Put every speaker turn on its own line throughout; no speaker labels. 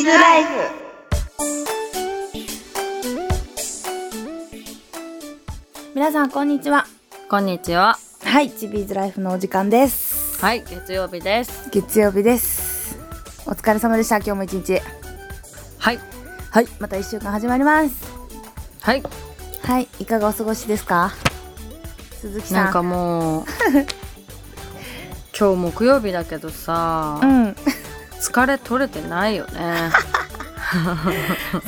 ズライフ皆さんこんにちは
こんにちは。
はいチビーズライフのお時間です
はい、月曜日です。
月曜日ですお疲れ様でした今日も一日
はい。
はいまた一週間始まります
はい。
はいいかがお過ごしですか鈴木さん
なんかも う、今日木曜日だけどさ、
うん
疲れ取れてないよ ね。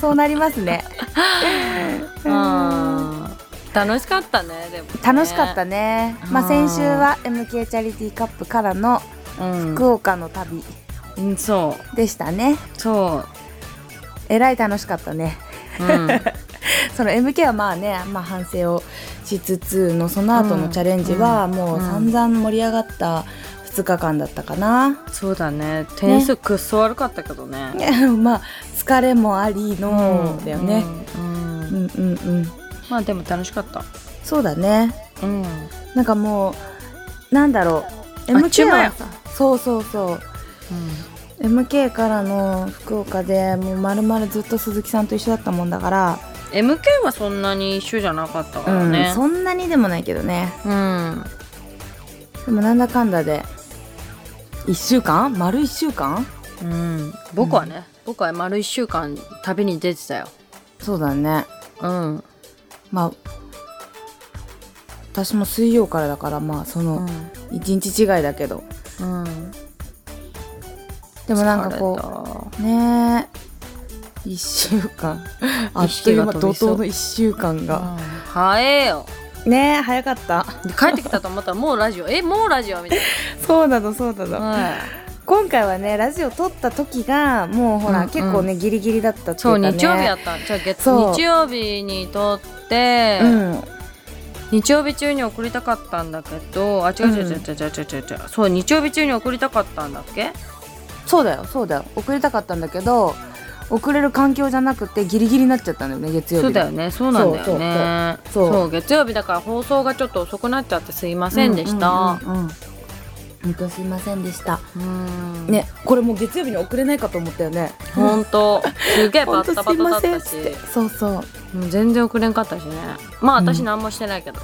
そうなりますね
うん。楽しかったね、でも、
楽しかったねまあ
うん
先週は MK チャリティーカップからの
た。うん
福岡の旅
うん。そ
でしたね
う。そ
えらい楽しかったね
う。 うん。
その MK はまあね、まあ、反省をしつつのその後のチャレンジは
うん
もう
うん
散々盛り上がった2日間だったかな、
そうだね。点数くっそ悪かったけどね。
まあ疲れもありのだよね、
うん。う
うんん、うんうん
まあでも楽しかった。
そうだね
うん。
なんかもうなんだろう
あっちゅう
MK
間
は
や
さそうそうそう MK からの福岡でもうまるまるずっと鈴木さんと一緒だったもんだから、
MK はそんなに一緒じゃなかったか
う
ら
ん
ね。
そんなにでもないけどね
うん。
でもなんだかんだで1週間丸1週間
うん、僕はね、僕は丸1週間旅に出てたよ
そうだね
うん、
まあ私も水曜からだからまあそうの
ん
1日違いだけど、
で
でもなんかこうねえ1週 間あっという
一週が
間怒
飛びそう
涛の1週間
う
が、
ん早えよ
ねえ早かった
で帰ってきたと思ったらもうラジオ えもうラジオみたい
そうなのそうな
な、
の、
はい
今回はねラジオ撮った時がもうほ
う
ら、
んうん
結構ねギリギリだったっていう
そう
かね
日曜日やったじゃあ月
そう
日曜日に撮って、
うん
日曜日中に送りたかったんだけどあ違う違う違う違う違う違う、違うそう日曜日中に送りたかったんだっけ
そうだよそうだよ遅れたかったんだけど遅れる環境じゃなくてギリギリになっちゃったんだよね月曜日
そうだよ
ね
ねそうなんだよね
そうそうそうそう
月曜日だから放送がちょっと遅くなっちゃってすいませんでした、
うんうんうんうん本当すいませんでした
うん
ねこれもう月曜日に遅れないかと思ったよね
本当すげえバ
本
ッ
当
タ
す
バ
い
タだ
ま
っ
せ
た
んっ
し
つってそうそう
うん全然遅れんかったしねまあ
う
私
ん
何もしてないけど、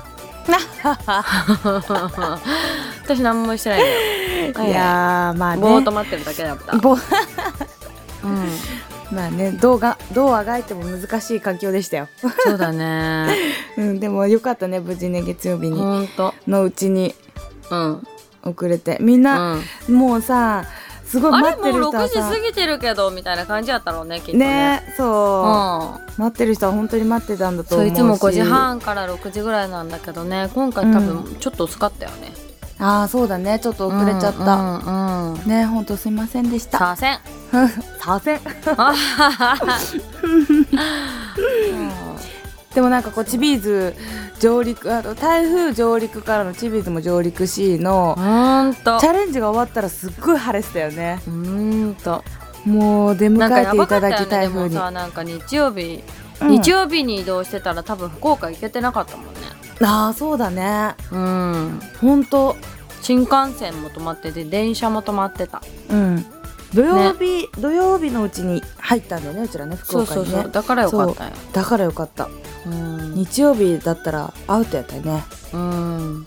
私何もしてないけど
いやーま
え
あ
えぼーっ
ね
と待ってるだけだった、
ぼ
うん、
まあねどうがどうあがいても難しい環境でしたよ
そうだね
うんでもよかったね無事ね月曜日に
本当
のうちに
うん、うん、
遅れてみんな、
あ
もうさすご
れ
い待ってる
もう
人は
6時
さ
過ぎてるけどみたいな感じやったろうねきっとね
ねそう、
うん、
待ってる人は本当に待ってたんだと
そ
思う
う
し
いつも5時半から6時ぐらいなんだけどね今回多分ちょっと遅かったよね、
ああそうだねちょっと遅れちゃった、
うんうんうん
ね本当すいませんでした
さあせん
させん
あははは
でもなんかこうチビーズ上陸あの台風上陸からのチビーズも上陸しの
ほんと
チャレンジが終わったらすっごい晴れてたよね
うーんと
もう出迎
なんか
え
や
てい
ばか
た
った
だ
よ
き
ね
台
で
風
も
に
さなんか日曜日、
うん
日曜日に移動してたら多分福岡行けてなかったもんね
ああそうだね
うん
本当
新幹線も止まってて電車も止まってた
うん土曜日、土曜日のうちに入ったんだよねうちらね福
そう
岡に
そ
ね
うそうだからよかったよ
だからよかった
うん、
日曜日だったらアウトやったよね
うん、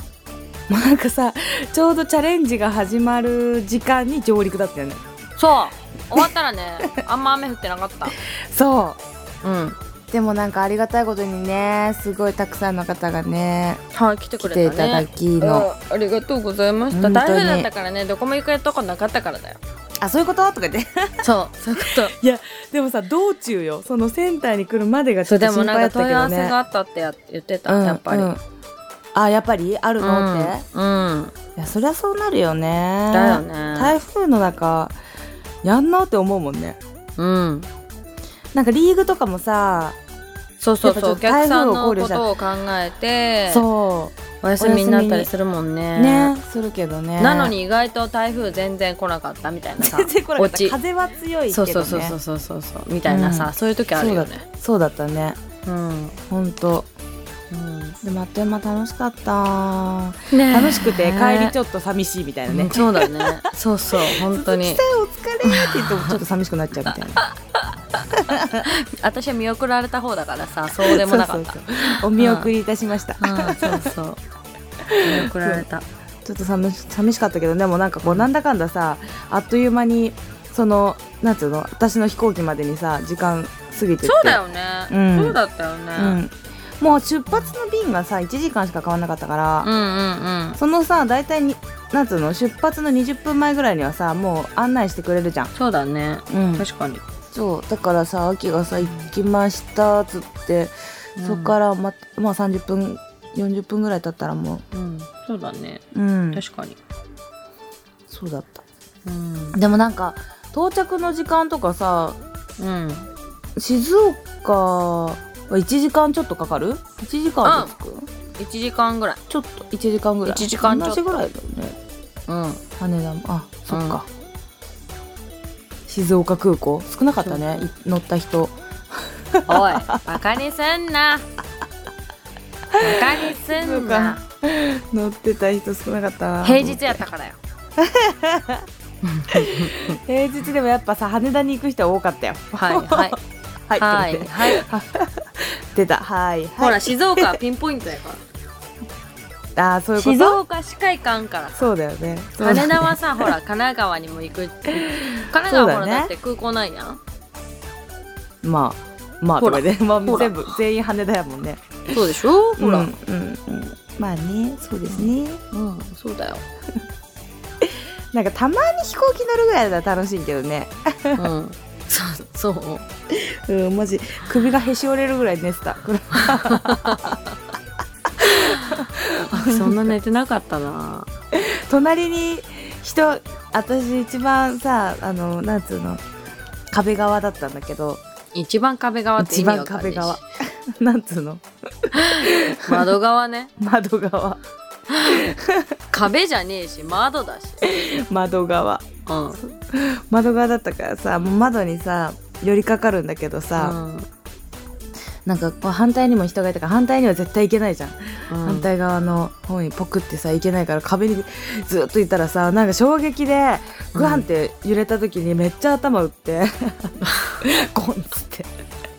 もうなんかさちょうどチャレンジが始まる時間に上陸だったよね
そう終わったらねあんま雨降ってなかった
そ
うん
うでもなんかありがたいことにねすごいたくさんの方がね
はい来て
来
く
て
れ
い
たね
ただきの、
うんありがとうございました
本当に
台風だったからねどこも行くとこなかったからだよ
あそういうこととか言って
そうそういう こと
いやでもさ道中よそのセンターに来るまでがち
そう
ょっと
で
心
もなん
配だっ
か
た
問
け
い合
ど
わせ
ね
があったってやって言ってた、
うん
やっぱり、
うんあやっぱりあるのって、い
うん、
やそりゃそうなるよね
だよね
台風の中やんなって思うもんね
うん、
なんかリーグとかもさ
そうそうそう
やっぱちょっ
お
と
客さん
台風を
の
考慮
こ
した
とを考えて
そ
お休みになったりするもん
う
ね
ねするけどね
なのに意外と台風全然来なかったみたいなさ
全然来なかっ
オ
た
チ
風は強いけどね
そうそうそうそうそうそうそうみたいなさ、
うん
そういう時あるよね
そうだったね
うん、
本当
うん
でもあっという間楽しかった
ね
楽しくて帰りち
ょっ
ょっと寂しいみたいな
ね
ね
そうだねそうそう本当に
鈴木さんお疲れって言ってもちょっと寂しくなっちゃうみたいな
私は見送られた方だからさそう でもなかった
そうそうそうお見送りいたしました、
うんそうそう見送られた
ちょっと寂し寂しかったけどでもなんかこうなんだかんださあっという間にそのなんつうの私の飛行機までにさ時間過ぎてって
そうだよね、
うん
そうだったよね、
うん、もう出発の便がさ1時間しか変わんなかったから、
うんうんうん
そのさ大体になんつうの出発の20分前ぐらいにはさもう案内してくれるじゃん、
そうだね
うん、
確かに
そうだからさ秋がさ行きましたっつって、
うん
そっからままあ30分40分ぐらい経ったらも
うんそうだね
ううん
確かに
そうだった
うん
でもなんか到着の時間とかさ
うん
静岡は1時間ちょっとかかる ?1 時間で着く
1時間ぐらい
ちょっと1時間ぐらい
1時間ちょっ
同
と
じぐらいだよね
うん
羽田もあそっか、静岡空港少なかったねい乗った人
お いバカにすんなバカにすんな
乗ってた人少なかったな
平日やったからよ
平日でもやっぱさ羽田に行く人は多かったよ
はいはい
はい
は
って
い
ことで
はい
出たはい
ほ
はい
ら静岡はピンポイントやか
あーそうい
ら
う
静
こと
岡しか行かんから
そうだよねそうだ
羽田はさほら神奈川にも行くって神奈川はほら
そうだね
だって空港ないやん
まあまあ
ほ
と
ら
かで、 まあ、
ほら
全部全員羽田やもんね
そうでしょほら
うんうんうんまあねそうですね
うんそうだよ
なんかたまに飛行機乗るぐらいだったら楽しいけどね
うんそうそう
うんマジ首がへし折れるぐらい寝てた
あそんな寝てなかったな
隣に人私一番さあのなんつうの壁側だったんだけど
一番壁側って意
一
味
番
わかんな
壁
いし
側なんつうの
窓側ね
窓側
壁じゃねえし窓だし
窓側
うん
窓側だったからさもう窓にさ寄りかかるんだけどさ、なんかこう反対にも人がいたから反対には絶対行けないじゃん、
うん
反対側の方にポクってさ行けないから壁にずっといたらさなんか衝撃でグワンって揺れた時にめっちゃ頭打って、 ゴンっつって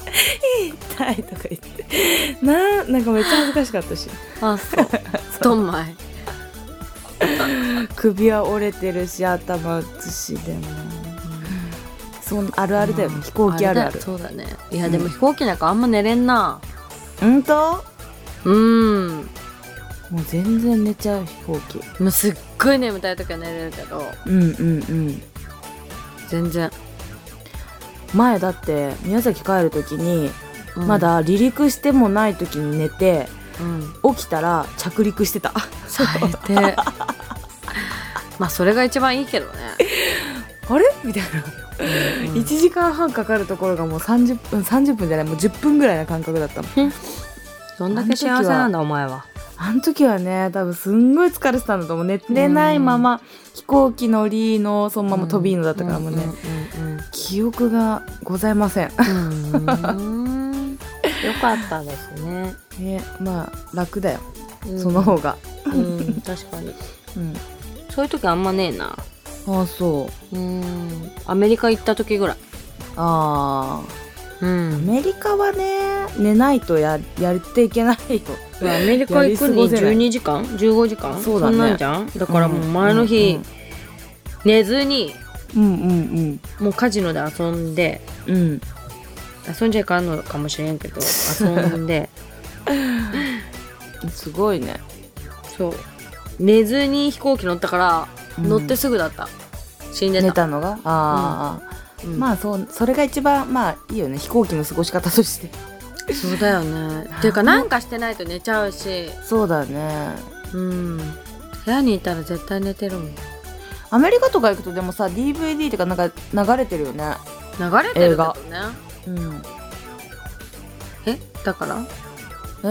「痛い」とか言ってななんかめっちゃ恥ずかしかったし
あそうどんまい
首は折れてるし頭打つしでもそんあるあるだよね、
うん
飛行機ある
れだ
ある
よそうだねいやで
う
も
ん
飛行機なんかあんま寝れんな
本当
うん
もう全然寝ちゃう飛行機
もうすっごい眠たい時は寝れるけど
うんうんうん
全然
前だって宮崎帰る時に、
うん
まだ離陸してもない時に寝て
うん
起きたら着陸してた
冴え てまあそれが一番いいけどね
あれみたいな、
うん
1時間半かかるところがもう30分30分じゃないもう10分ぐらいな感覚だったの
どんだけ幸せなんだお前は
あの時はね多分すんごい疲れてたんだと思う寝てないまま飛行機乗りのそのまま飛びのだったからもうね、
うんうんうん
記憶がございません
うんよかったですね。
ねまあ楽だよ
うん
その方が
うん、確かに。
うん、
そういう時あんまねえな。
ああそう
うん、アメリカ行った時ぐらい。
ああ
う
ア
ん。
メリカはね寝ないとややっていけないよ
アメリカ行く
や
に
り過ごせない
12時間 ?15 時間
そうだね
んなんじゃんだからもう前の日、寝ずに、
うんうん
もうカジノで遊んで、
うんうん
遊んじゃいかんのかもしれんけど、遊ん で、
うんすごいね
そう。寝ずに飛行機乗ったから、
うん
乗ってすぐだった。死んで
寝
た。
たのがああ、
うん
まあそうそれが一番まあいいよね飛行機の過ごし方 として
そうだよね。っていうか、なんかしてないと寝ちゃうし、
そうだね
うん。部屋にいたら絶対寝てるもん。流
アメリカとか行くとでもさ DVD とかなんか流れてるよね
れてるけ
映
ど
画
ね。
うん
えだから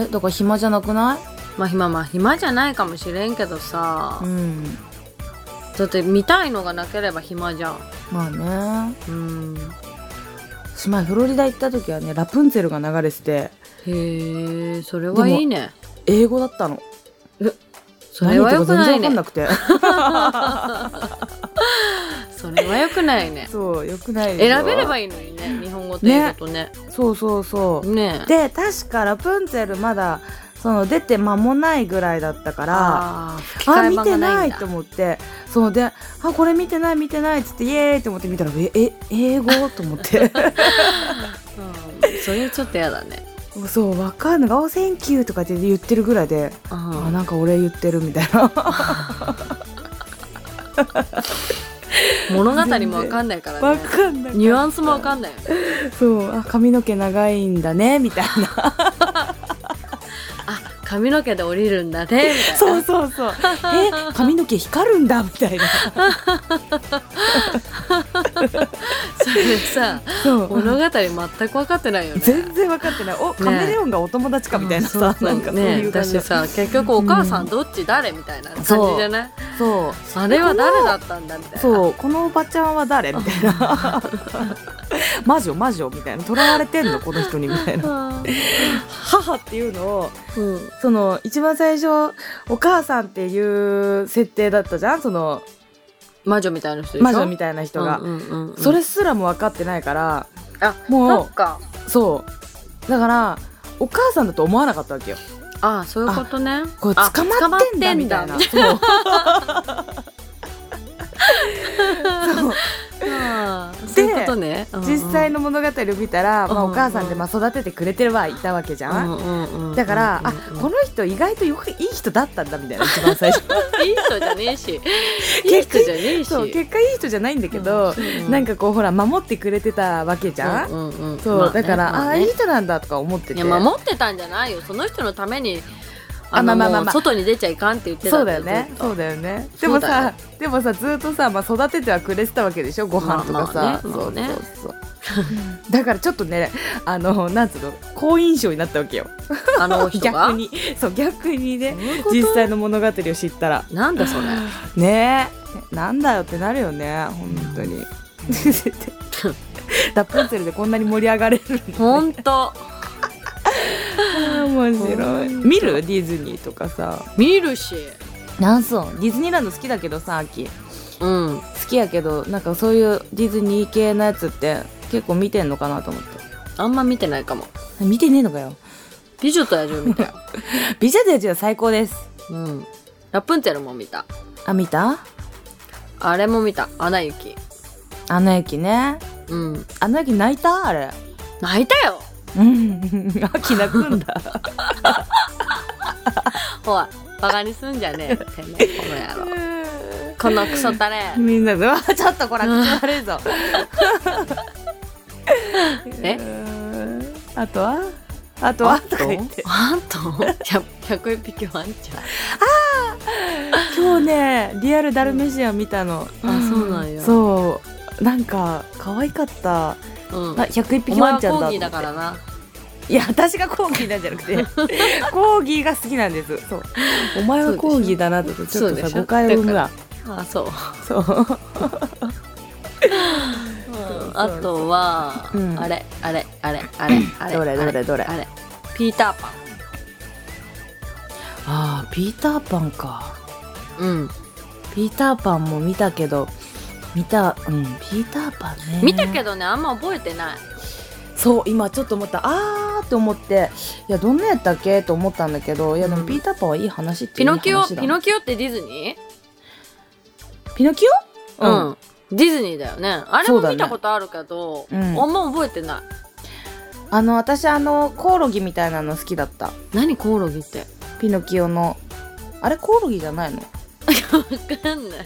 えだから暇じゃなくな
まあ暇まあ暇じゃないかもしれんけどさ、
いうん
だって見たいのがなければ暇じゃん。
まあね
うん。
私前フロリダ行った時はねラプンツェルが流れてて
へえ、それはいいね。
英語だったの
それは良
何言って
く
る
ない
か全然わ
ね。
かんなくて
それは良くないね。
そうよくないよ
選べればいいのにね、日本語モテイロとね
そうそうそう、
ね
で確かラプンツェルまだその出て間もないぐらいだったから
あー吹き
あ
替え
見
版
て
がな
ない
ん
い
だ
と思ってそうであこれ見てない見てないっつってイエーイって思って見たらええ英語と思って
うんそれちょっとやだね
そうわかんない「おセンキュー」とかって言ってるぐらいで、あ
あ
なんか俺言ってるみたいな
物語もわかんないから
わ
ね
かんない
ニュアンスもわかんないよね
そうあ髪の毛長いんだねみたい な
あ髪の毛で降りるんだねみたいな
そうそうそうえ髪の毛光るんだみたいな
それでさ
そう
物語全く分かってないよね
全然分かってないおカメレオンがお友達かみたいなさ、なんかそうい
ね
う感じ、
私さ結局お母さんどっち誰みたいな感じじゃない
そう
あれは誰だったんだみたいな
そうこのおばちゃんは誰みたいな魔女魔女みたいな囚われてんのこの人にみたいな
あ
母っていうのを
ーうん
その一番最初お母さんっていう設定だったじゃんその
魔女みたいな人でしょ
魔女みたいな人が、
うんうんうん
それすらも分かってないから
あそ
も
っか
うそうだからお母さんだと思わなかったわけよ
あーそういうことね
これ
あ
捕まってんだみたいな
捕
そうそ
まって
う
んだ
で
そういうことねうんうん
実際の物語を見たら、ま
う
あ、
んうん
お母さんでまあ育ててくれてはいたわけじゃん、
うんうんうんうん
だから、
うんうんうん
あこの人意外とよくいい人だったんだみ たいな一番最初
いい人じゃねえ し
局
いい人じゃねえし
そう結果いい人じゃないんだけど、なん
か
かこうほら守ってくれてたわけじゃん、
うんうんうん
そう、
まあね
だから、
ま
あ
あ
あ
ね
いい人なんだとか思ってて
いや守ってたんじゃないよその人のために
あ
あの
まあまあまあ
もう外に出ちゃいかんって言ってた
そうんだよね
ずっと
そうだよねで
そ
も
うだよ
さでもさずっとさ、まあ、育ててはくれてたわけでしょご飯とかさ、
まあまあね
そうそうそうだからちょっとねあのなんつうの好印象になったわけよ
あの人が
逆にそう逆にね
どういうこと
実際の物語を知ったら
なんだそ れ
ねえなんだよってなるよね本当に ラプンツェルでこんなに盛り上がれる
本当
の面
白い
見るディズニーとかさ
見るし
なんそうディズニーランド好きだけどさ秋好
うん
きやけどなんかそういうディズニー系のやつって結構見てんのかなと思って
あんま見てないかも
見てねえのかよ
美女と野獣見た よ
美女と野獣は最高です
うんラプンツェルも見た
あ見た
あれも見たアナ雪
あの駅ね
うん
あの駅泣いたあれ
泣いたよ
うん 秋泣くんだ
ほらバカにすんじゃねえてめえこの野郎このクソタレ
みんなで「わちょっとこら口悪いぞ」
え
あとはあとはとか言って
あんと100匹ワンちゃん
今日ねリアルダルメシアン見たの、
あそうなんや
そうなんか可愛かったあ
うん
101
お
匹
前
ワ
は
ンちゃん
コ
だ
ーギーだからない
や私がコーギーなんじゃな くてコーギーが好きなんですそうお前はコーギーだなってちょっと
そうで
さ
しょ
誤解を生むわ
あそう
そう
うんあとは、
うん
あれあれあれあれあれ
どれどれどれ
あれピーターパ
ああピーターパンか
ン、うん、
ピーターパンも見たけど見たうんピーターパンね
見たけ
ど
どねあんま覚えてない
そう今ちょっと思ったあーって思っていやどんなやったっけと思ったんだけどいやで
う
も
ん
ピーターパンはいい話ってい
ピ
う
ノ
話
キ
だ
オ
な
ピノキオってディズニ
ピノキオ
ーうん、ディズニーだよねあれ
そ
も
うだね
見たことあるけど、
うん
あんま覚えてない
あの私あのコオロギみたいなの好きだった
何コオロギって
ピノキオのあれコオロギじゃないの
分かんない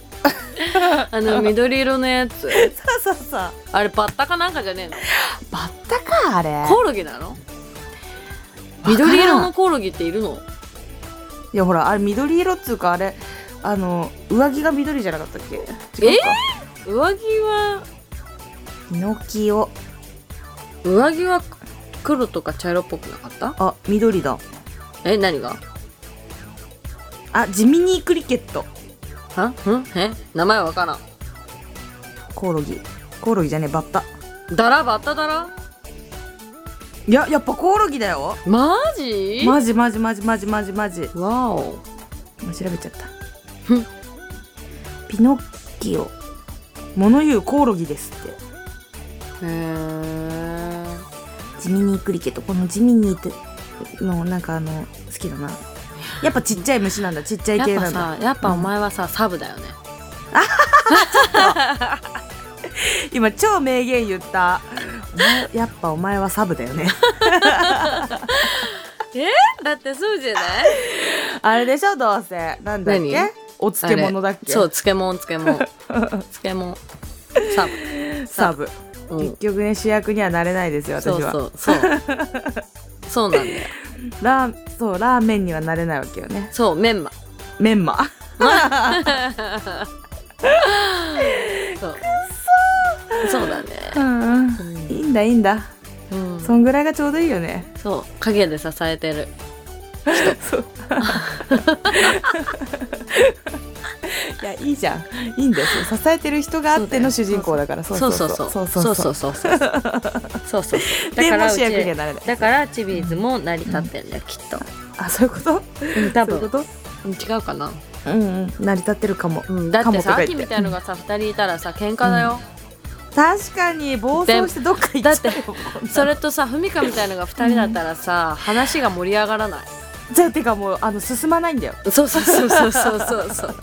あの緑色のやつ
そうそうそう
あれバッタかなんかじゃねえの
バッタかあれ
コオロギなの
からん
緑色のコオロギっているの
いやほらあれ緑色っつうかあれあの上着が緑じゃなかったっけ違うか
上着は
ピノキオ
上着は黒とか茶色っぽくなかった
あ緑だ
え何が
あジミニークリケット
はんえ名前わからん
コオロギコオロギじゃねえバッタ
ダラバッタダラ
いややっぱコオロギだよ
マジ、
マジマジマジマジマジマジも
わお
う調べちゃった
ふん
ピノッキオ物言うコオロギですって
へえ
地味にいくりけとこの地味にいくのなんかあの好きだなやっぱちっちゃい虫なんだちっちゃい
やっ
系
ぱ
なんだ
さやっぱお前はさ、サブだよね
今超名言言ったお前やっぱお前はサブだよね
えだってそうじゃない
あれでしょどうせなんだっけ
何
お漬物だっけ
そう漬物漬 物漬物サブ
サブ、
うん
結局ね主役にはなれないですよ私
そう
は
そうそうそうなん だよ
ラーそうラーメンにはなれないわけよね
そうメンマ
メンマ
そうそうだね
うんいいんだいいんだ
うん
そんぐらいがちょうどいいよね
そう影で支えてる
そう いやいいじゃんいいんですよ支えてる人があっての主人公だから
そうそうそう
そ
そうう
そ
そうう
そ
そううそうそうそう そうだ
で
から
も
う
主
ち
役にはなれない
だからチビーズも成り立ってんだよきっと
あそういうこと
うん多
そういう
分
こ
うん違うかな
とうんうん成り立ってるかも
うんだって
かもとか
さ
言
ア
って
キみたいのがさ2人いたらさ喧嘩だよ
確かに暴走してどっか行っちゃうよこんな
それとさふみかみたいのが2人だったらさ話が盛り上がらない
じゃあてかもうあの進まないんだよ
そうそうそうそうそうそうそう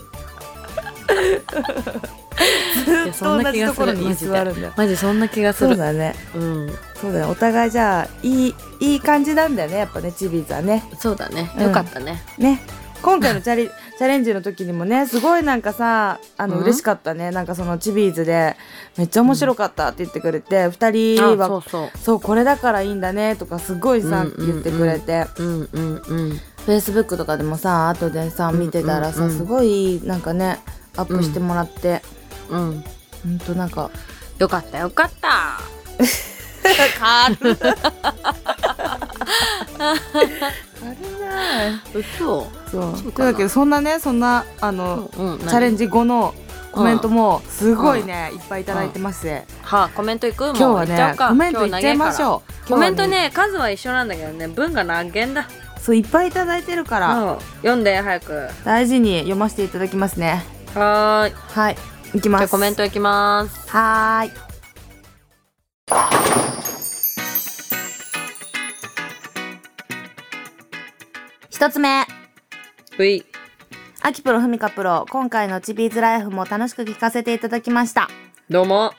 ず
や
っ
そん
と同
な
じ
気が
と
す
こ
る
ろに居座るんだよ
マジそんな気がす
そう
る
だね
うん
そうだねお互いじゃあいいいい感じなんだよねやっぱねチビーズはね
そうだね
うん
よかったね
ね今回のチ ャリチャレンジの時にもねすごいなんかさあの
うん
嬉しかったね、なんかそのチビーズでめっちゃ面白かったって言ってくれて、二2人
あ
は
そ
そう
うそう
これだからいいんだねとかすごいさ、
うんうんうん
言ってくれて
うんうんうん
フェイスブックとかでもさ後でさ見てたら
う
さ、
んうんうん
すごいなんかねアップしてもらって、
うん
ほんとなんか
よかったよかった
軽い軽いなあ
嘘
そう
そうかな
だけどそんなねそんなあの、
うん
チャレン
ジ
ジ後のコメントもすごいね、いっぱいいただいてます、
はあコメントいくもう
今
いっち
日
ゃう
はね
か
コメントいっちゃいましょう
今日は長えからコメント
今日は
ね数は一緒なんだけどね文が難限だ
そういっぱいいただいてるから、
うん読んで早く
大事に読ませていただきますね
はーいじ
はいいきま
ゃ
す
あコメントいきます
はーい一つ目
うい
あきプロふみかプロ今回のチビーズライフも楽しく聞かせていただきました
どうも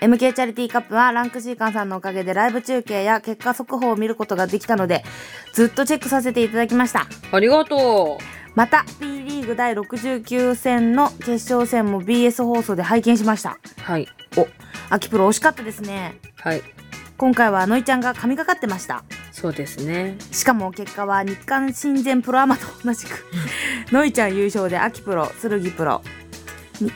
MK チャリティーカップはランクシーカンさんのおかげでライブ中継や結果速報を見ることができたのでずっとチェックさせていただきました
ありがと
また B リーグ第69戦の決勝戦も BS 放送で拝見しました
うはい
お秋プロ惜しかったですね
はい
今回はあのいちゃんが神がかってました
そうですね
しかも結果は日刊親善プロアマと同じくのいちゃん優勝で秋プロ剣プロに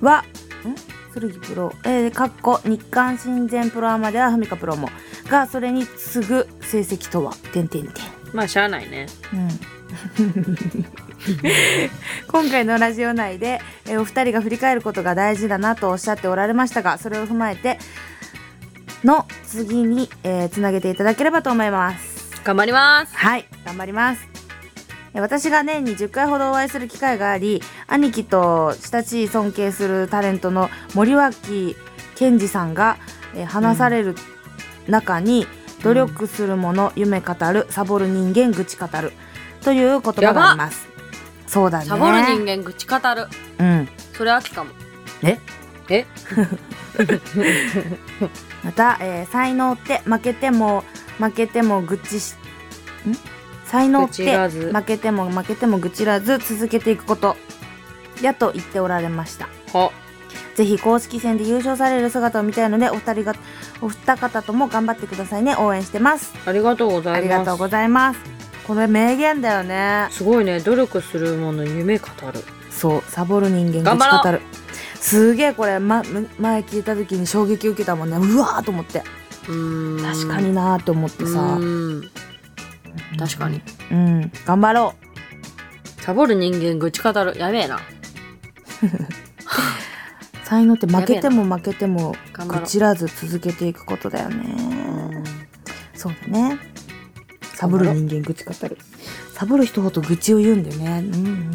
はん剣プロえー、かっこ日刊親善プロアマではふみかプロもがそれに次ぐ成績とは点々点
まあしゃあないね
うん、今回のラジオ内でえーお二人が振り返ることが大事だなとおっしゃっておられましたがそれを踏まえての次に、えーつなげていただければと思います
頑張ります
はい頑張りますえー私が年に10回ほどお会いする機会があり兄貴と親しい尊敬するタレントの森脇健児さんがえー話される中に、努力する者夢語るサボる人間愚痴語るという言葉がありますそうだね
サボる人間愚痴語る
うん
それ秋かも
え
え
また、えー才能って負けても負けても愚痴しん才能っ
愚痴
て
らず
負けても負けても愚痴らず続けていくことやと言っておられました
は
ぜひ公式戦で優勝される姿を見たいのでお二人がお二方とも頑張ってくださいね応援してます
ありがとうござ
あ
い
り
ます
がとうございますこれ名言だよね
すごいね努力するもの夢語る
そうサボる人間
頑張ろう
口語るすげえこれ、ま、む前聞いた時に衝撃受けたもんねうわーと思って
うーん
確かになーと思ってさ
うーん確かに
うん頑張ろう
サボる人間愚痴語るやべえな
才能って負けても負けても
頑張ろ
愚
う
痴らず続けていくことだよねそうだねサボる人間愚痴語るサボる人ほど愚痴を言うんだよねうんうん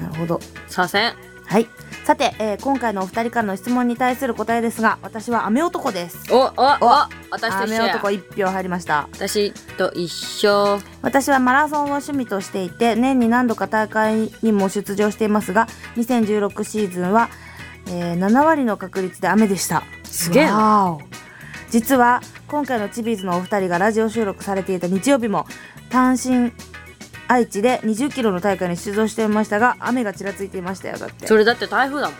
なるほど
左遷
はいさて、えー今回のお二人からの質問に対する答えですが私は雨男です
おおお私と一
雨
緒や
男一票入りました
私と一緒
私はマラソンを趣味としていて年に何度か大会にも出場していますが2016シーズンは、えー7割の確率で雨でした
すげえな
わーお実は今回のチビーズのお二人がラジオ収録されていた日曜日も単身愛知で20キロの大会に出場していましたが雨がちらついていましたよだって
それだって台風だもん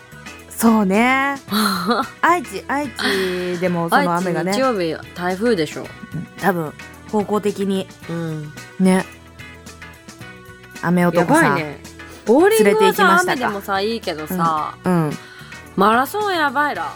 そう ね愛知愛知でもその
愛知
雨がね
日曜日台風でしょ
多分方向的に
うん
ね雨
や
男さ
ばいねボーリングはさ
連れて行きました
雨
か
でもさいいけどさ、
うん
マラソンやばいら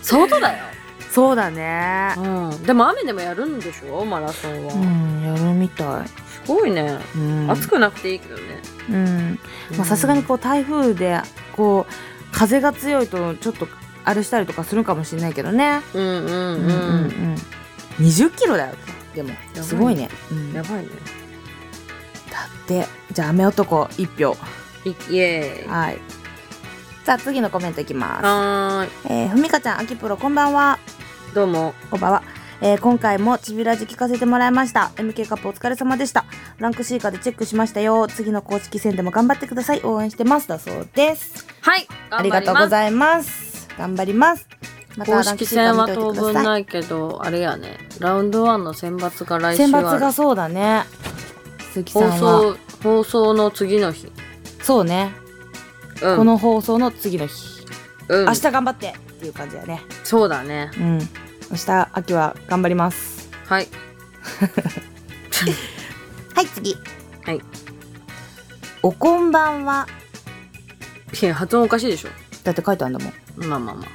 相当だよ、
そうだね
うん、でも雨でもやるんでしょマラソンは、
うんやるみたい
すごいね
うん
暑くなくていいけどね
うんまあさすがにこう台風でこう風が強いとちょっとあれしたりとかするかもしれないけどね
うんうん
う
うん、
20キロだよでも
ばい
すごいね、うんだ
やばいね
ってじゃあ雨男1票
いイエーイ
はいさあ次のコメントいきま
はーい
すえーふみかちゃんあきプロこんばんは
どうも
こんばんは。えー今回もちびラジ聞かせてもらいました。MK カップお疲れ様でした。ランク C 以下でチェックしましたよ。次の公式戦でも頑張ってください。応援してます。だそうです。
はい
あ
頑
り
張
が
り
とうご
ます
ざいます。頑張ります。ま
公式戦は当分
い。
ないけどあれやねラウンドワンの選抜が来週
選
あ
抜
る
がそうだね。鈴木さ
放
んは。
送放送の次の日
そうね、
うん
この放送の次の日。
うん
明日頑張ってっていう感じだね。
そうだね
うん。明日秋は頑張ります。
はい
はい、次。
はい
おこんばんは。
いや発音おかしいでしょ
だって書いてあるんだもん。
まあまあまあ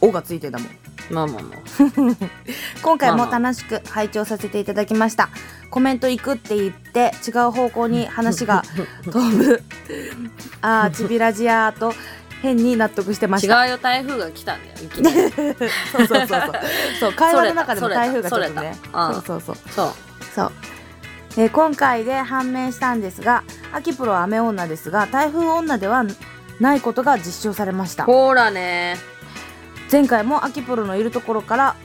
おがついてんだもん。
まあまあまあ
今回も楽しく拝聴させていただきましたコメント行くって言って違う方向に 話が飛ぶああチビラジアーと変に納得してました
違うよ台風が来たんだよいきな り
そうそ うそうそうそう会話の中でも
それだ
台風がちょっとね
それだ
そ
うん
うそうそう
そう
そう、えー今回で判明したんですが秋プロは雨女ですが台風女ではないことが実証されました
ほらね
前回も秋プロのいるところから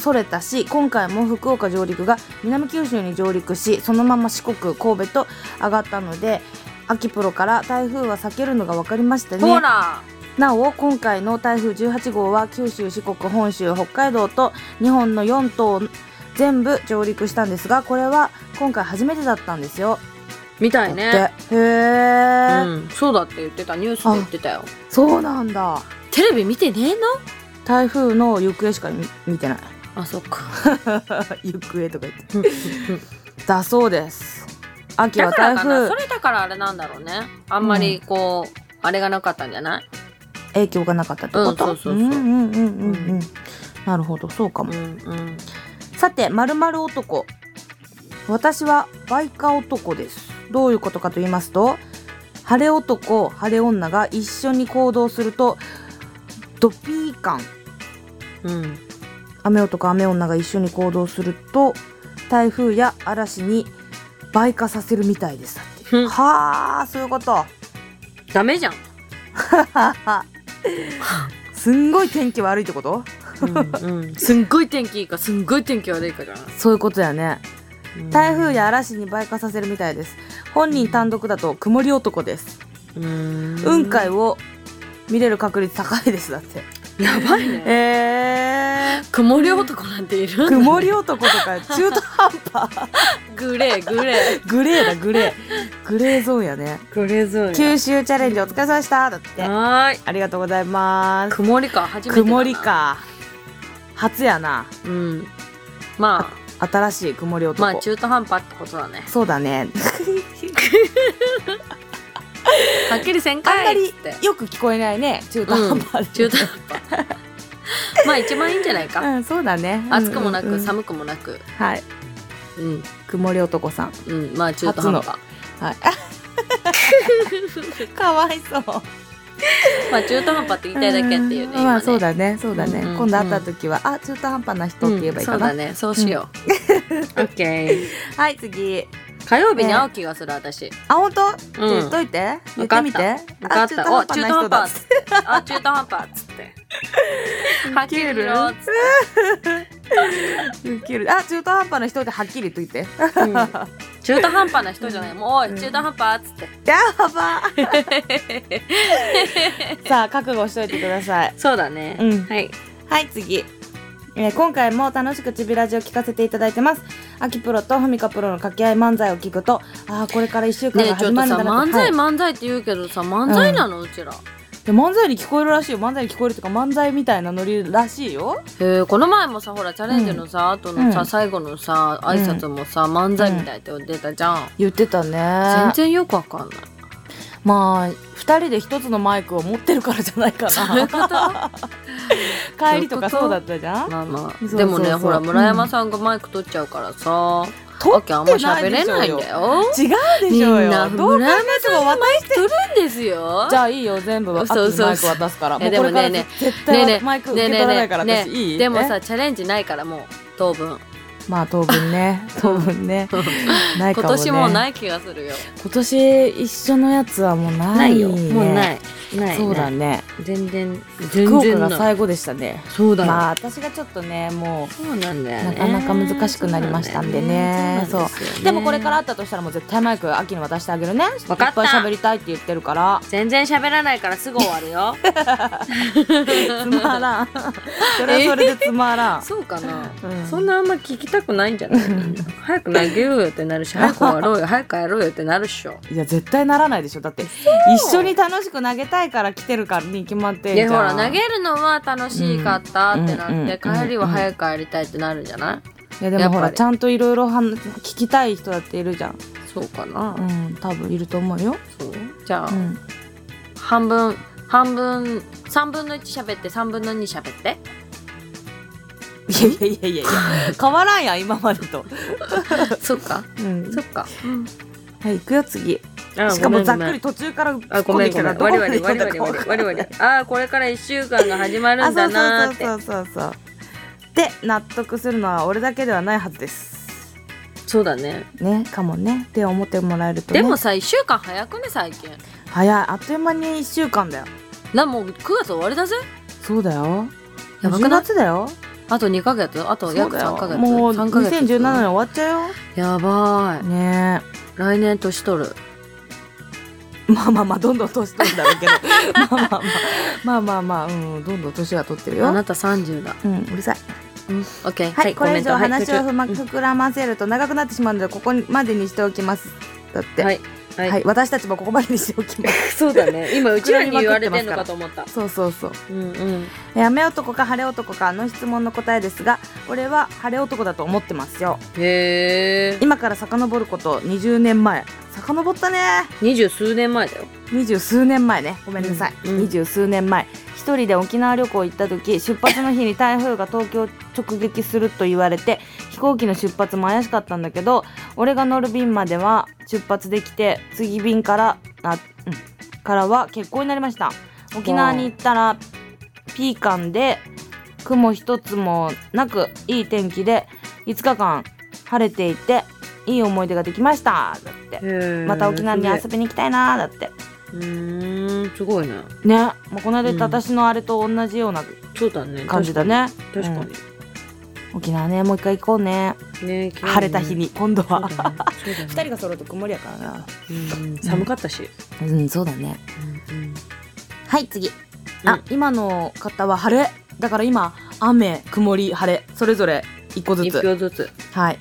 それたし今回も福岡上陸が南九州に上陸しそのまま四国神戸と上がったので秋プロから台風は避けるのが分かりました
ほ
ね
ら
なお今回の台風18号は九州四国本州北海道と日本の4島全部上陸したんですがこれは今回初めてだったんですよ。
みたい
だ
ね
ってへえ、
うんそうだって言ってたニュースで言ってたよ
そうなんだ
テレビ見てねえの
台風の行方しか見見てない
あそっか
行方とか言って。 だそうです秋は
だから
台
かなそ
風
れだからあれなんだろうねあんまりこう、あれがなかったんじゃない
影響がなかったって
う
こと、
んそうそうそうん
うんうんうんうんなるほどそうか
う
も、
んうん
さてまるまる男私はバイカ男ですどういうことかと言いますと晴れ男晴れ女が一緒に行動するとドピー感
うん
雨男雨女が一緒に行動すると台風や嵐に倍化させるみたいですだって
ふん
はあそういうこと
ダメじゃん、
すんごい天気悪いってこと
うんうん、すんごい天気いいかすんごい天気悪いかじゃない
そういうことやね台風や嵐に倍化させるみたいです本人単独だと曇り男です
うん
雲海を見れる確率高いですだって
やばいね
えー
曇り男なんているんだ
曇り男とか中途半端
グレーグレー
グレーだグレーグレーゾーンやね
グレーゾー
九州チャレンジお疲れ様でしただっ
ン
て
はーい
ありがとうございます
曇りか初めてだな
曇りか初やな
うんま
新しい曇り
あ
男、
まあ中途半端ってことだね
そうだね
はっきりせん
あんま
かいっ
り
つって
よく聞こえないね中途半端で
中途半端 まあ一番いいんじゃないか、
うん、そうだね。
暑くもなく、
うんうんうん
寒くもなく
はい、
うん
曇り男さん。
うんまあ中途半端
はい。 かわいそう。
まあ中途半端って言いたいだけっていうね,、
んま
今
あ、
ね
そうだね、そうだね。
うんうんうん
今度会った時は、あ、中途半端な人って言えばいいか
うんそ
な。
うだねそうしよう、オッケー
はい、次。
火曜日に
ええ
会う気がする私
あ本当、
うん
言っといて言ってみて
分かったお
あ
中
中途
途
半
半
端な人 だ
端あ中途半端っつ ってはっきり言おうっつっ
ウケるあ中途半端な人ってはっきりと言って
てうん中途半端な人じゃないもうおい中途半端っつって
やば さあ覚悟しといてください
そうだね
うん
はい
はい次えー今回も楽しくちびラジを聞かせていただいてます。あきプロとふみかプロの掛け合い漫才を聞くと、ああ、これから一週間
ね
が
えちょ
始
っと
まるん
さ
だなって
漫才
はい
漫才って言うけどさ漫才なのうちら
で漫才に聞こえるらしいよ。漫才に聞こえるとか、漫才みたいなノリらしいよ。
へえこの前もさほらチャレンジのさ後の
う
さ
ん
最後のさ挨拶もさ漫才みたいって出たじゃん
言ってたね。
全然よくわかんない
まあ、二人で一つのマイクを持ってるからじゃないか
そういう
な。
ことま
帰りとかそうだったじゃん。
あま
そう
あ
そう
でもね
そう
ほら村山さんがマイク取っちゃうからさ
取
わけあんま喋れないんだよ
違うでしょ
み
う
ん
よ。
な
どう考えても渡して。
取るんですよ
じゃあいいよ、全部。あ
そう
きに
そう
マイク渡すから。
え
もうこれから
でもね
絶
ねえ
対
ね
マイ
ね
ク受
え
け
ね
取
えね
らな
え
いから、
ね
私
え
いい
でも
え
さチャレンジないからもう当分
まあ当 分ね当分ねないか
今
もね
年もうないい気がするよ
今年一緒のやつはもうないね
もうないない
そうだ
ね
ね
全然
福
全
岡
然
が
ない
最後でしたね
そうだよ
まあ私がちょっとねも
そうなんだよ
な
ね
かなか難しくなりましたんでね
そうなんですよ
う
ね
でもこれからあったとしたらもう絶対マイク秋に渡してあげるね
わかった
いっぱい喋りたいって言ってるから
全然喋らないからすぐ終わるよ
つ まらんそれはそれでつまらん
そうかな、
うん
そんなあんま聞きたくないんじゃない早く投げようよってなるし早く終わろう よ早くやろうよってなるっしょ
いや絶対ならないでしょだって一緒に楽しく投げたいから来てるからに決まってん
い
じゃ
や
ん
ほら投げるのは楽しかったってなって、
うんうん
帰りは早く帰りたいってなるんじゃない、
いやで
やっぱり
もほらちゃんといろいろ話聞きたい人だっているじゃん
そうかな、
うん多分いると思うよ、
そうじゃあ、
うん、
半分半分3分の1喋って3分の2喋 って
いやいやいやいやいや変わらんやん今までと、
そっか
うん
そっか、
はい行くよ次
あ
しかもざっくり
り
途中から突
あ
っ
ごめ
込ん
ん
でき
ご
た
め
ら
ん
どこ
我々我々
まで行ったか分かん
我
ない
々あーこれから1週間が始まるんだなーって
あそうそうそうそうそうで納得するのは俺だけではないはずです
そうだね
ねかもねって思ってもらえると、ね、
でもさ1週間早くね最近
早いあっという間に1週間だよ
なもう9月終わりだぜ
そうだよ
やばくない
10月だよ
あと2ヶ月あと約3ヶ月
もう
3ヶ月
2017年終わっちゃうよ
やばい
ねえ
来年年取る
まあまあまあどんどん年取るんだろうけどまあまあまあまあまあまあうんどんどん年が取ってるよ
あなた30だ
うんうるさい
うん OK
はい、これ以上
はい
話をふま
うん
膨らませると長くなってしまうのでここまでにしておきますだって
は
はい、
いはい、
私たちもここまでにしておきます
そうだね今うちらに言われ
膨らみまくって
てん
ます
の
か
かと思
ら
った
そうそうそう
うんうん
え雨男か晴れ男かの質問の答えですが俺は晴れ男だと思ってますよ
へえ
今から遡ること20年前遡ったね
二十数年前だよ
二十数年前ねごめんなさい
うんうん
二十、数年前一人で沖縄旅行行った時出発の日に台風が東京を直撃すると言われて飛行機の出発も怪しかったんだけど俺が乗る便までは出発できて次便からあ、うん、からは欠航になりました沖縄に行ったらピーカンで雲一つもなくいい天気で5日間晴れていていい思い出ができましただってまた沖縄に遊びに行きたいなーだって
うーんすごいね
ね、まあ、この間言った
うん
私のあれと同じような
そうだね
感じだね、
確かに確か
沖縄ねもう一回行こうね
にね綺麗ね
晴れた日に今度
そうだ
は、
ねそうだね
二人が揃うと曇りやからな
うん寒かったし
うんそうだね
うんうん
はい次あ、
うん
今の方は晴れだから今雨曇り晴れそれぞれ一個ず
一
つ
票ずつ
はい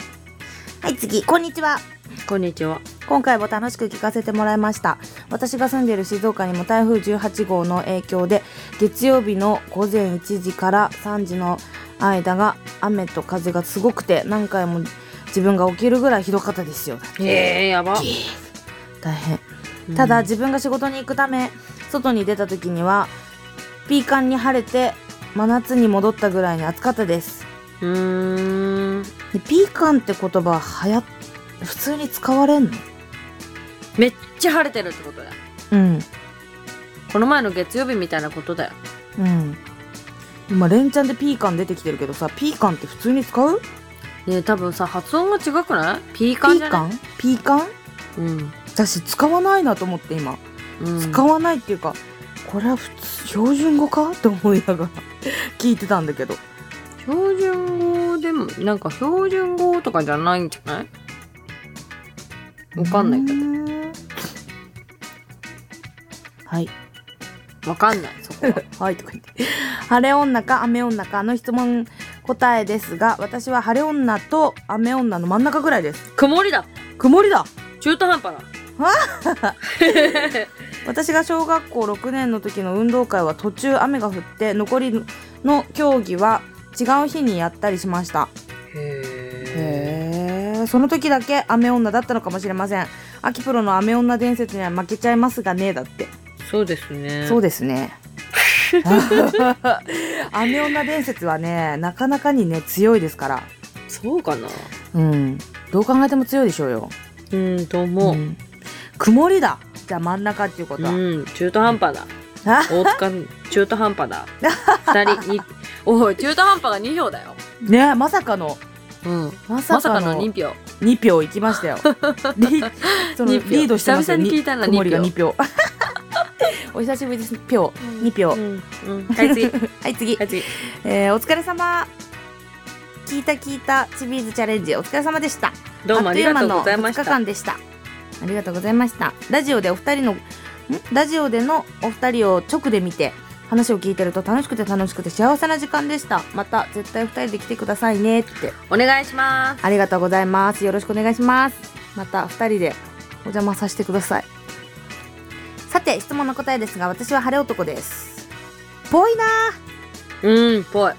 はい次こんにちは
こんにちは
今回も楽しく聞かせてもらいました私が住んでいる静岡にも台風18号の影響で月曜日の午前1時から3時の間が雨と風がすごくて何回も自分が起きるぐらいひどかったですよ
えー、やば
大変ただ自分が仕事に行くため外に出た時にはピーカンに晴れて真夏に戻ったぐらいに暑かったです
うんうーん
でピーカンって言葉はや普通に使われんの
めっちゃ晴れてるってことだよ
うん
この前の月曜日みたいなことだよ
うん今連チャンでピーカン出てきてるけどさピーカンって普通に使う
ねえ多分さ発音が違くないピー
ピ
カンじ
ー
ゃない
カンピーカン
うん、
私使わないなと思って今、
うん、
使わないっていうかこれは普通標準語か って思いながら聞いてたんだけど
標準語でもなんか標準語とかじゃないんじゃないわかんないけ
どはい
わかんないそこは
はいとか言って晴れ女か雨女かの質問答えですが私は晴れ女と雨女の真ん中ぐらいです
曇りだ
曇りだ
中途半端だ
私が小学校6年の時の運動会は途中雨が降って残りの競技は違う日にやったりしました
へえ
へえその時だけ雨女だったのかもしれません秋プロの雨女伝説には負けちゃいますがねだって
そうですね
そうですね 雨女伝説はねなかなかにね強いですから
そうかな
うんどう考えても強いでしょうよ
うんと思う、
ん曇りだじゃあ真ん中っていうことは、
うん、中途半端だ。
あ
大塚、中途半端だ。二人、に、おい、中途半端が2票だよ。
ねまさかの
うん。
まさ
まさ
か
か
の
の2票。
2票いきまし たよ。リそのリ
二票
ードしてますよ。
久々に聞いたな
に曇りが
二
2票。 お久しぶりです。票
うん
2票。
うん。うん。 はい、次。は
はい次、
い、次。
えーお疲れ様。聞いた聞いたチビーズチャレンジお疲れ様でした。
どうもありがとうございまし
あっという間
た。
の2日間でした。ありがとうございました。ラジオでお二人のんラジオでのお二人を直で見て話を聞いてると楽しくて楽しくて幸せな時間でした。また絶対二人で来てくださいねって。
お願いします。
ありがとうございます。よろしくお願いします。また二人でお邪魔させてください。さて、質問の答えですが、私は晴れ男です。ぽいな
うん、ぽい。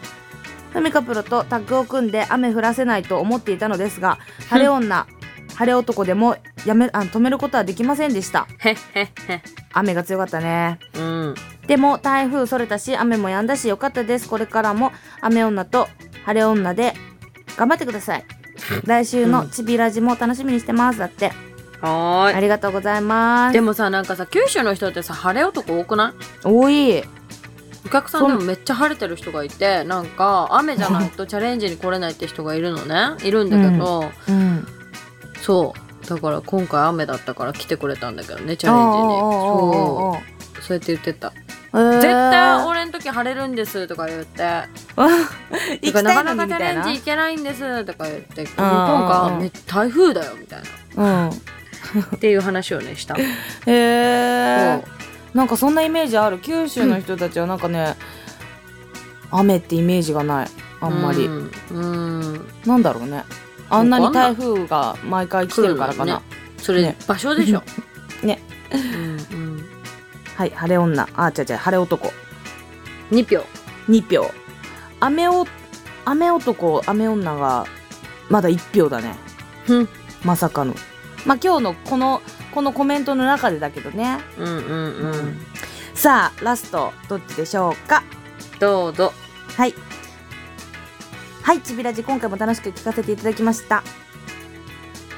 ふみかプロとタッグを組んで雨降らせないと思っていたのですが、晴れ女、晴れ男でもやめあ止めることはできませんでした。
へっへっへ。
雨が強かったね。
うん。
でも台風それたし、雨も止んだし、よかったです。これからも雨女と晴れ女で頑張ってください。来週のチビラジも楽しみにしてます。だって。
はー
ありがとうございま
い。
す
で。もさ、なんかさ、九州の人ってさ、晴れ男多くない
多い。
お客さんでもめっちゃ晴れてる人がいて、なんか、雨じゃないとチャレンジに来れないって人がいるの ね。いるんだけど、
うん。
そうだから今回雨だったから来てくれたんだけどねチ
チ
ャレンジにそうそうやって言ってた、絶対俺の時晴れるんですとか言って
行き
とかな
た
か
い
な
のに
か
み
チャ
た
レ
い
ン
な
ジ。行けないんですとか言って今
うん
回
うん
め台風だよみた いな
うん。
っていう話をねしたそう
へえ。なんかそんなイメージある。九州の人たちはなんかね、雨ってイメージがない。あんまり
う。ん、うん
なんだろうね。あんな
わ
に
かんない
台風が毎回来てるからかな。
それ、
ね
場所でしょ
ね
うん、うん、
はい、晴れ女。あ、違う違う、晴れ男。
2票
2票。雨お、雨男、雨女が、まだ1票だね。
うん
まさかの。まあ、今日のこの、このコメントの中でだけどね。
うんうんうん
さあ、ラスト、どっちでしょうか
どうぞ
はい。はい、ちびラジ、今回も楽しく聞かせていただきました。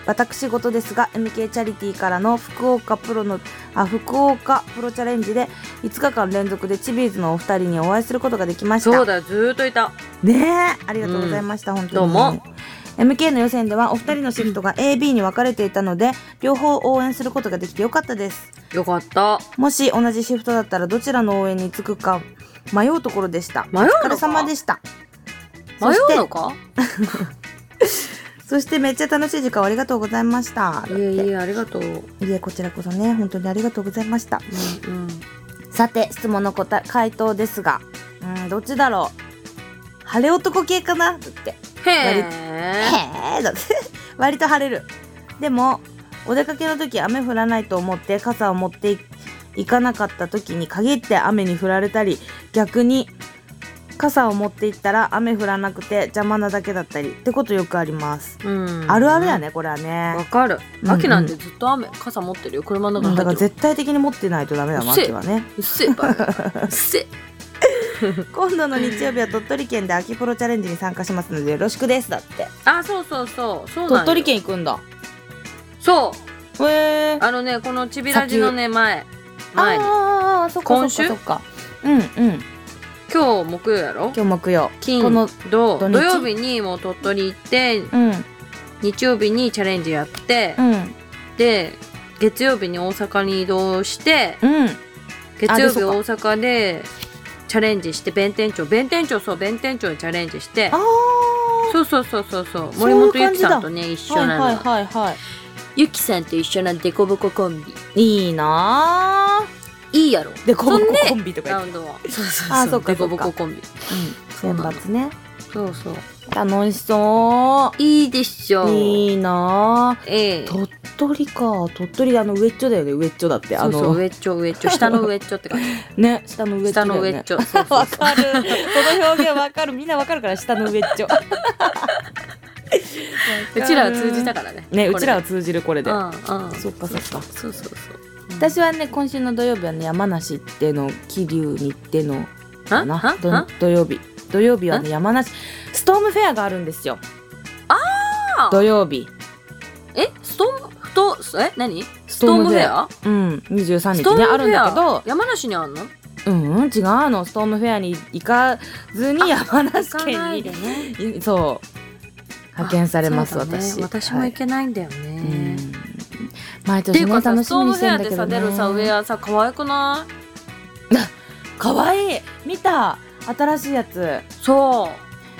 私事ですが、MK チャリティーからの福岡プロの、あ、福岡プロチャレンジで、5日間連続でチビーズのお二人にお会いすることができました。
そうだずーっといた
ねえありがとうございました、本当に
どうも
MK の予選ではお二人のシフトが AB に分かれていたので両方応援することができてよかったです
よかった
もし同じシフトだったらどちらの応援につくか迷うところでした
迷うのか
お疲れ様でした
迷
そして
うのか
そしてめっちゃ楽しい時間をありがとうございました
いえいえありがとう、うん
いえこちらこそね本当にありがとうございました
うん
さて質問の答え回答ですがうんどっちだろう晴れ男系かなだって
へえ。
へえだって 割と晴れるでもお出かけの時雨降らないと思って傘を持ってい行かなかった時に限って雨に降られたり逆に傘を持って行ったら雨降らなくて邪魔なだけだったりってことよくあります
うん
あるあるや。ねこれはね
わかる。
うん
秋なんてずっと雨、傘持ってるよ。車の
う
中
ん
に
だか
入
ら
ってる。
絶対的に持ってないとダメだな
うっせえ
秋はね
うっせえバ カ。うっせえ。
今度の日曜日は鳥取県で秋プロチャレンジに参加しますのでよろしくですだって
あ、そうそうそう。そうなん
鳥
よ
取。県行くんだ
そう。
へえ
あのね、このちびラジのね、前。前に。
ああーそっかそっかそっかうんうん
今日木曜やろ
今日木曜
金
この
土
土日
土曜日にもう鳥取行って
うんうん
日曜日にチャレンジやって、で月曜日に大阪に移動して
うん
月曜
でそ
日
うか
大阪でチャレンジして弁天町弁天町そう弁天町にチャレンジして
ああ
そうそうそうそうそう
そう
森
いう
本ゆ
感
き
じだ
さんとね一緒
はい
なの、
はいはいはい
ゆきさんと一緒なデコボココンビ
いいなあ
いいやろ
でこぼこ
そんで
コンビとか言
ラ
っ
ウ
て
ンドはそうそう
あそっか
デコボココンビ
う
そ
ん
うなの
選抜ね
そうそう
楽しそ
いいでしょ
ういいなあ
ええ
鳥取か鳥取あの上っちょだよね上っちょだってあ
そう
の
そう上っちょ上っちょ下の上っちょって感じ
ね下 の上っちょ
下
だ
の
よ
上
ね
っちょそうそう
わ
そう
かる。この表現わかる。みんなわかるから下の上っちょ。
うちらは通じたからね
ね、うちらは
は
通じるこれで。
うんうん
そっかそっか。
そうそうそう
私はね、今週の土曜日はね、山梨っての、桐生に行ってのか
は
な。ど土曜日。土曜日はね、山梨、ストームフェアがあるんですよ。
あー
土曜日。
えストームふとえ何
ス
ストームフェア
うん、23
ス
日
トー
ね、
ム
あるん
フェ
だ
ア
けど、
山梨にあんの
うん、うん違うの。ストームフェアに行かずに山
行
梨
かないで
県
ね
に、いそう、派遣されます、
あそうだね
私。
私も
はい
行けないんだよね
毎
ってい
年
う
ね
かさ、
楽
ス
し
トー
み
ム
に
フ
して
ェ
ん
ア
だ
で
け
さ
ど
出
ね
るさウェアさ可愛くな
かわいい見た新しいやつ
いそ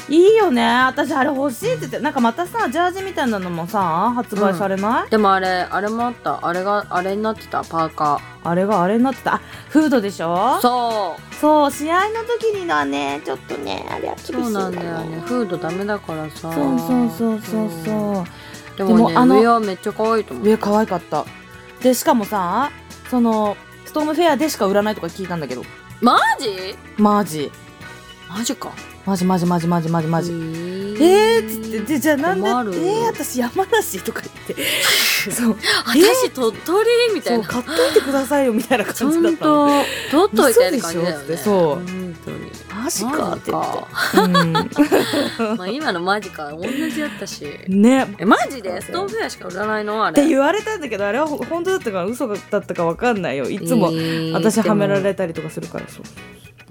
う
いいよね私あれ欲しいって言ってなんかまたさジャージみたいなのもさ発売されない、
でもあれあれもあったあれがあれになってたパーカ
あれがあれになってたあフードでしょ
ーそう
そう試合の時にのはねちょっとねあれは厳しい
そうなんだよねフードダメだからさ
そうそうそうそう
うん
そう
でもね
でもあの
上はめっちゃ可愛いと思う
上可愛かったでしかもさそのストームフェアでしか売らないとか聞いたんだけど
マジ
マジ
マジか
マジマジマジマジマジマジ
えー
えー、っつってでじゃあなんでえ
困る
ー、私山梨とか言って そう
私鳥取みた
そ
いうな
買っといてくださいよみたいな
ち
感
ゃ
じだっ
ん
たの
と取っといてって感じだよ
嘘
ね
でしょっつって
本当に
マジか
マ
っ
ジ
て言って
か、
う
まあ、今のマジか同じだったし
ん、ねっ
えマジ でストーンフェアしか売らないのあれ
て言われたんだけどあれはほ本当だったか嘘だったかわかんないよい
い
つも私はめられたりとかするからそう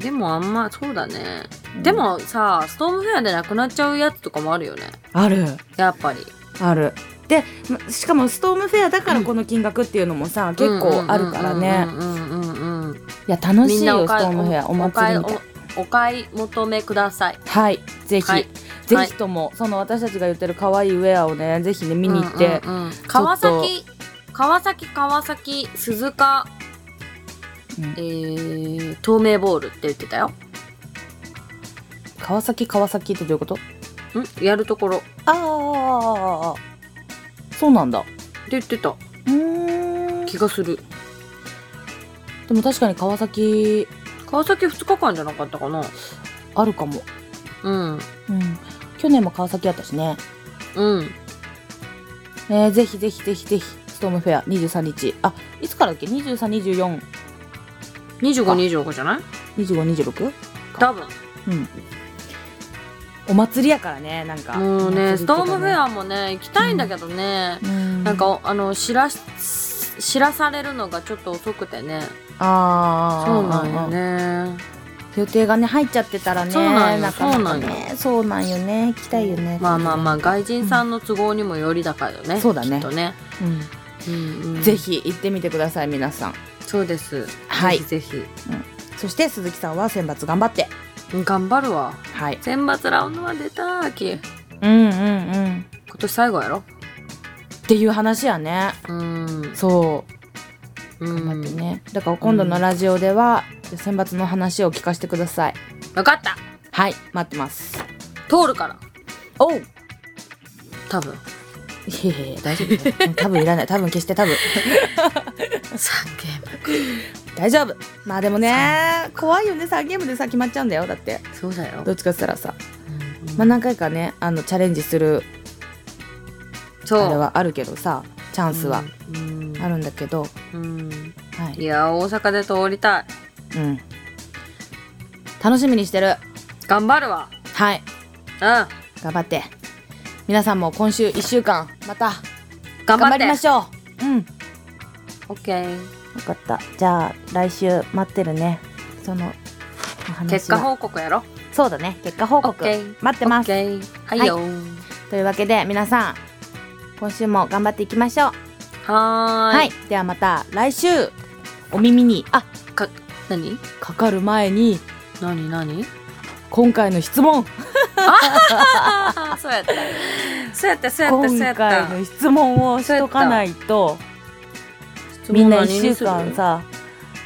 でもあんまそうだねでもさストームフェアでなくなっちゃうやつとかもあるよね
ある
やっぱり
あるでましかもストームフェアだからこの金額っていうのもさ、結構あるからね
うんうんうんうんうん
いや楽
み
しい
んな
よ
お
スト
買い
ームフェアお祭りみたい
おお買い求めください
はいぜひ、
はい
ぜひとも、その私たちが言ってる可愛いウェアをねぜひね見に行って、
うんうんうん川崎川崎川崎鈴鹿、
うん
えー、透明ボールって言ってたよ
川崎川崎ってどういうこと
んやるところって
ああそうなんだう
言ってた
ーん
気がする
でも確かに川崎
川崎2日間じゃなかったかな
あるかも、
うん
うん、去年も川崎やったしね、
うん
えー、ぜひぜひぜひぜひストームフェア23日あいつからだっけ23242526
2525じゃない多分
うんお祭りやからねなんか
もうねストームフェ
ア
アもね行きたいんだけどね、なんかあの知らし知らされるのがちょっと遅くてね
ああ
そうなんよね
予定がね入っちゃってたらね
そうなんよ
かなかねそうなんよね行きたいよね
まあまあまあ外人さんの都合にもよりだからよね、
そうだね
きっとね、
うん
うんうん
ぜひ行ってみてください皆さん
そうです
はい
ぜひぜ
そして鈴木さんは選抜頑張って
ひ頑張るわ
はい
選抜ラウンドは出た秋今
うんうんうん
年最後やろ
っていう話やね
うん
そう
うん
頑張ってねだから今度のラジオでは、じゃあ選抜の話を聞かせてください
分かった
はい待ってます
通るから
おうい
多分
えいえ大丈夫ね うん多分いらない多分決して多分
3ゲー
大丈夫まあでもね怖いよね3ゲームでさ決まっちゃうんだよだって
ムそうだよ
ど、っちかっつったらさ
うんうん
まあ何回かねあのチャレンジする
そう
あれはあるけどさチャンスは
うん
あるんだけど、
うん
はいい、
や大阪で通りたい
うん、楽しみにしてる
頑張るわ
はい
うん頑
頑張って皆さんも今週1週間また
張って
頑張りましょううん
オッケー
分かったじゃあ来週待ってるねその話は
結果報告やろ
そうだね結果報告
オッケー
待ってます
オッケーはいよ
というわけで皆さん今週も頑張っていきましょう
はーい
はい、ではまた来週お耳にあ
何
かかる前に
何何
今回の質問
あーそうやった そうやったそうやったそうや
今
った
回の質問をしとかないとみんな1週間さ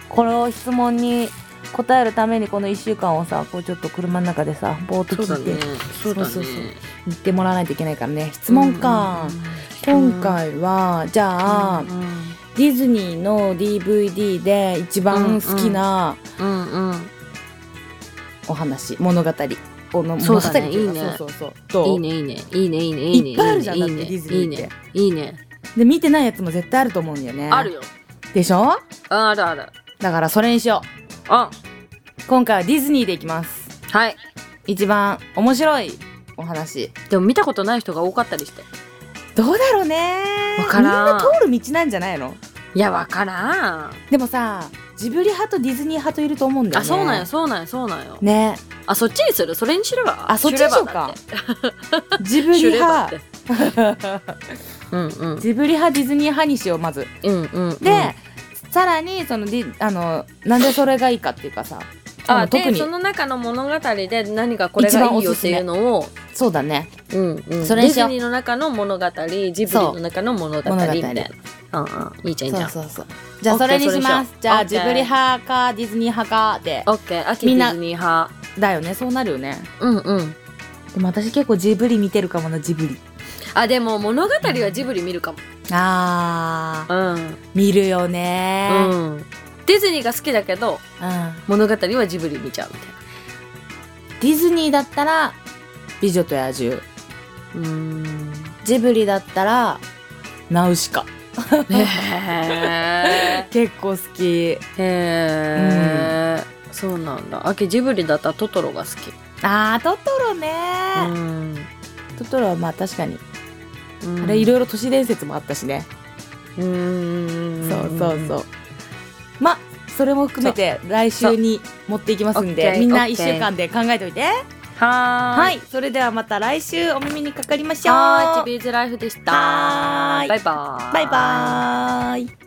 この質問に答えるためにこの1週間をさこうちょっと車の中でさぼーっと
そうだ
聞いて
ねそうだね
そうそうそう言ってもらわないといけないからね質問か、今回はじゃあ、
うん
ディズニーの DVD で一番好きな
うんうんうん
お話、物語おの
そう
物語
だ
って
ね
いうか
いいね
そうそうそう
いい
ど
うねいいねいいねいいねいいね
いっぱいあるじゃん
い
だ
い
って
ね
デ
い
ィズニ
い
ーって
ねいいね
で見てないやつも絶対あると思うんだよね
あるよ
でしょ
うんあるある
だからそれにしよ
あ
う今回はディズニーでいきます
はい
一番面白いお話
でも見たことない人が多かったりして
どうだろうね
わからん
みんな通る道なんじゃないの
いやわからん
でもさジブリ派とディズニー派といると思うんだよ
あ
ね
そうなんよそうなんよそうなんよ
ね
あそっちにするそれにしろば
あそっちにしようかジブ リ
シュレバっ
派
てうん うん
ジブリ派ディズニー派にしようまず
うんうんうん
で、さらにそのディあのなんでそれがいいかっていうかさあ
あ
の特
で
に
その中の物語で何かこれがいいよっていうのを
そうだね
うんうん
そ
デ
れに
ィ
しよ
ズ
う
ニーの中の物語ジブリの中の物語
そう
み
物
た
語
いなうんうんいいじゃんいいじゃ
そう
ん
そうそうじゃ
オ
あ
ッケ
そ
ー
れに
それに
します
しよう
じゃ
オ
あ
ッケ
ジ
ー
ブリ派かディズニー派かで
オッケー秋デ
みんな
ィズニー派
だよねそうなるよね
うんうん
でも私結構ジブリ見てるかもなジブリ
あでも物語はジブリ見るかも
あー
うん
見るよね
うんディズニーが好きだけど
うん
物語はジブリ見ちゃうみたいな
ディズニーだったら「美女と野獣
うー ん」
ジブリだったら「ナウシカ
へ」
結構好き
えへえ、そうなんだ秋ジブリだったらトトロが好き
あートトロね、
うん
トトロはまあ確かに、
うん
あれいろいろ都市伝説もあったしね、
うーん
そうそうそうまそれも含めて来週に持っていきます
そ
ん
うオッ
で
ケー
みん
オ
な
ッケー
1週間で考えておいて
はーい
はいそれではまた来週お耳にかかりましょう
はーいチビーズライフでした
はーい
バイバーイ
バイバーイ